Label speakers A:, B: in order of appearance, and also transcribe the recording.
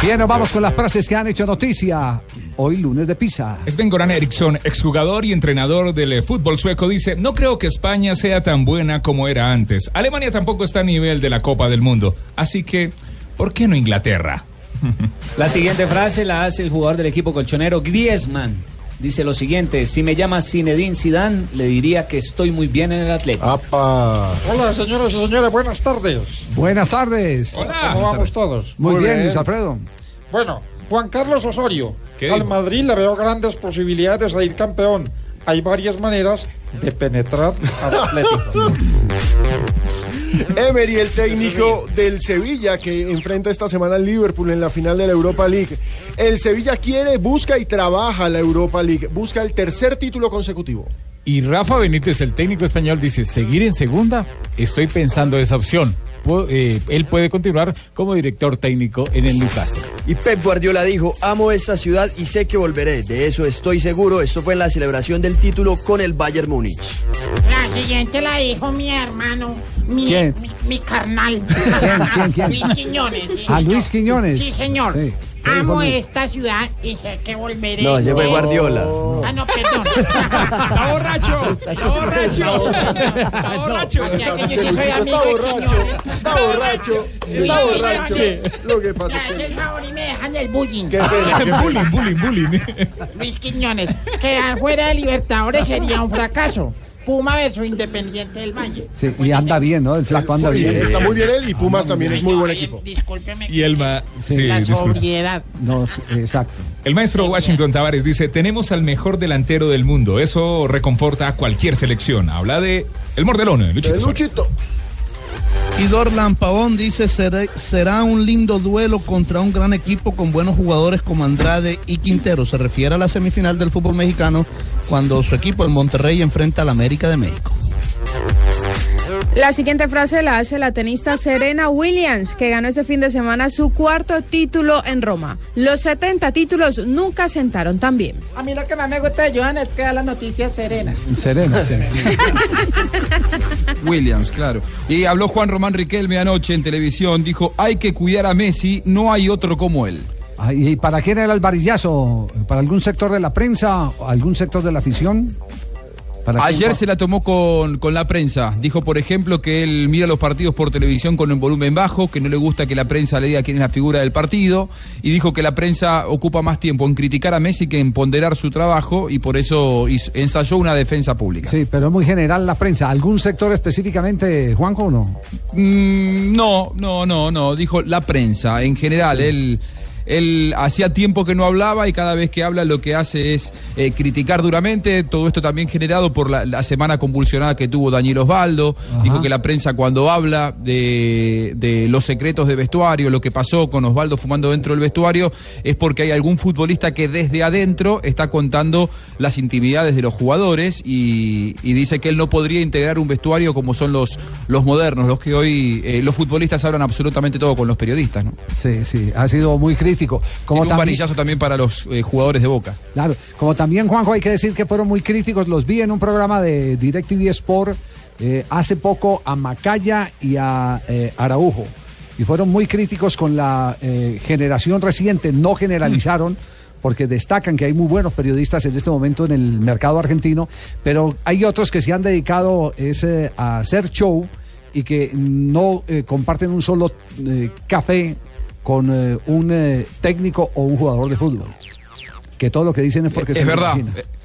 A: Bien, nos vamos con las frases que han hecho noticia. Hoy lunes de Pisa.
B: Sven Goran Eriksson, exjugador y entrenador del eh, fútbol sueco, dice: No creo que España sea tan buena como era antes. Alemania tampoco está a nivel de la Copa del Mundo. Así que, ¿por qué no Inglaterra?
C: La siguiente frase la hace el jugador del equipo colchonero Griezmann. Dice lo siguiente, si me llama Zinedine Zidane, le diría que estoy muy bien en el Atlético.
D: Hola, señoras y señores, buenas tardes.
A: Ah, Buenas tardes.
D: ¿Cómo
B: Hola.
D: vamos todos?
A: Muy, bien, Luis Alfredo.
D: Bueno, Juan Carlos Osorio.
B: ¿Qué
D: Al
B: dijo?
D: Madrid le veo grandes posibilidades de ir campeón. Hay varias maneras de penetrar al Atlético.
E: Emery, el técnico del Sevilla, que enfrenta esta semana al Liverpool en la final de la Europa League. El Sevilla quiere, busca y trabaja la Europa League. Busca el tercer título consecutivo.
F: Y Rafa Benítez, el técnico español, dice, seguir en segunda, estoy pensando esa opción. Pu- eh, él puede continuar como director técnico en el Newcastle.
C: Y Pep Guardiola dijo, amo esta ciudad y sé que volveré. De eso estoy seguro. Esto fue en la celebración del título con el Bayern Múnich.
G: La siguiente la dijo mi hermano, mi,
A: ¿Quién?
G: mi, mi carnal.
A: quién, quién?
G: Luis Quiñones. sí,
A: A
G: señor.
A: Luis Quiñones.
G: Sí, señor.
A: Sí. ¿Qué dijo
G: Amo
A: Luis?
G: esta ciudad y sé que volveré.
C: No, ese fue
G: Eh,
C: Guardiola.
G: Ah, no, perdón.
B: ¡Está borracho! ¡Está borracho! ¡Está borracho!
G: O sea, que yo sí soy
E: Luchito
G: amigo
E: está
G: de
E: borracho,
G: Quiñones.
E: está borracho, está
G: Luis
E: borracho.
G: Quiñones.
E: Lo que
G: Me
E: pasa es
G: hace el
E: que...
G: favor y me dejan el bullying.
E: Qué pena, qué pena.
B: bullying, bullying, bullying.
G: Luis Quiñones, quedar fuera de Libertadores sería un fracaso. Puma versus Independiente del Valle.
A: Sí, y anda bien, ¿no? El flaco anda
E: Oye,
A: bien.
E: Está muy bien él y Pumas también es muy buen
G: Señor,
E: equipo.
G: eh, Discúlpeme.
B: Y el ma- sí,
G: la
B: disculpe.
G: sobriedad.
A: No, sí, exacto.
B: El maestro Washington Tavares dice, tenemos al mejor delantero del mundo. Eso reconforta a cualquier selección. Habla de el mordelón, Luchito.
E: Eh,
B: Suárez.
E: Luchito,
D: Y Dorlan Pavón dice, será un lindo duelo contra un gran equipo con buenos jugadores como Andrade y Quintero. Se refiere a la semifinal del fútbol mexicano cuando su equipo, el Monterrey, enfrenta al América de México.
H: La siguiente frase la hace la tenista Serena Williams, que ganó ese fin de semana su cuarto título en Roma. Los 70 títulos nunca sentaron tan bien.
G: A mí lo que más me gusta de Joan es que da las noticias serenas.
A: Serena, sí.
F: Williams, claro. Y habló Juan Román Riquelme anoche en televisión, dijo, hay que cuidar a Messi, no hay otro como él.
A: Ah, ¿Y para quién era el varillazo? ¿Para algún sector de la prensa? ¿Algún sector de la afición? ¿Para quién
F: Ayer
A: fue?
F: se la tomó con, con la prensa. Dijo, por ejemplo, que él mira los partidos por televisión con un volumen bajo, que no le gusta que la prensa le diga quién es la figura del partido. Y dijo que la prensa ocupa más tiempo en criticar a Messi que en ponderar su trabajo y por eso hizo- ensayó una defensa pública.
A: Sí, pero es muy general la prensa. ¿Algún sector específicamente, Juanjo, o no?
F: Mm, no, no, no, no. Dijo la prensa en general. Él, él hacía tiempo que no hablaba y cada vez que habla lo que hace es eh, criticar duramente. Todo esto también generado por la, la semana convulsionada que tuvo Daniel Osvaldo. Dijo que la prensa cuando habla de, de los secretos de vestuario, lo que pasó con Osvaldo fumando dentro del vestuario, es porque hay algún futbolista que desde adentro está contando las intimidades de los jugadores y, y dice que él no podría integrar un vestuario como son los, los modernos, los que hoy eh, los futbolistas hablan absolutamente todo con los periodistas. ¿no?
A: Sí, sí, ha sido muy crítico.
F: Tiene
A: Como
F: un varillazo también para los eh, jugadores de Boca.
A: Claro, como también Juanjo hay que decir que fueron muy críticos, los vi en un programa de DirecTV Sport eh, hace poco a Macaya y a eh, Araujo y fueron muy críticos con la eh, generación reciente, no generalizaron porque destacan que hay muy buenos periodistas en este momento en el mercado argentino, pero hay otros que se han dedicado es, eh, a hacer show y que no eh, comparten un solo eh, café con eh, un eh, técnico o un jugador de fútbol que todo lo que dicen es porque
F: es
A: se lo
F: verdad,
A: imaginan.
F: eh,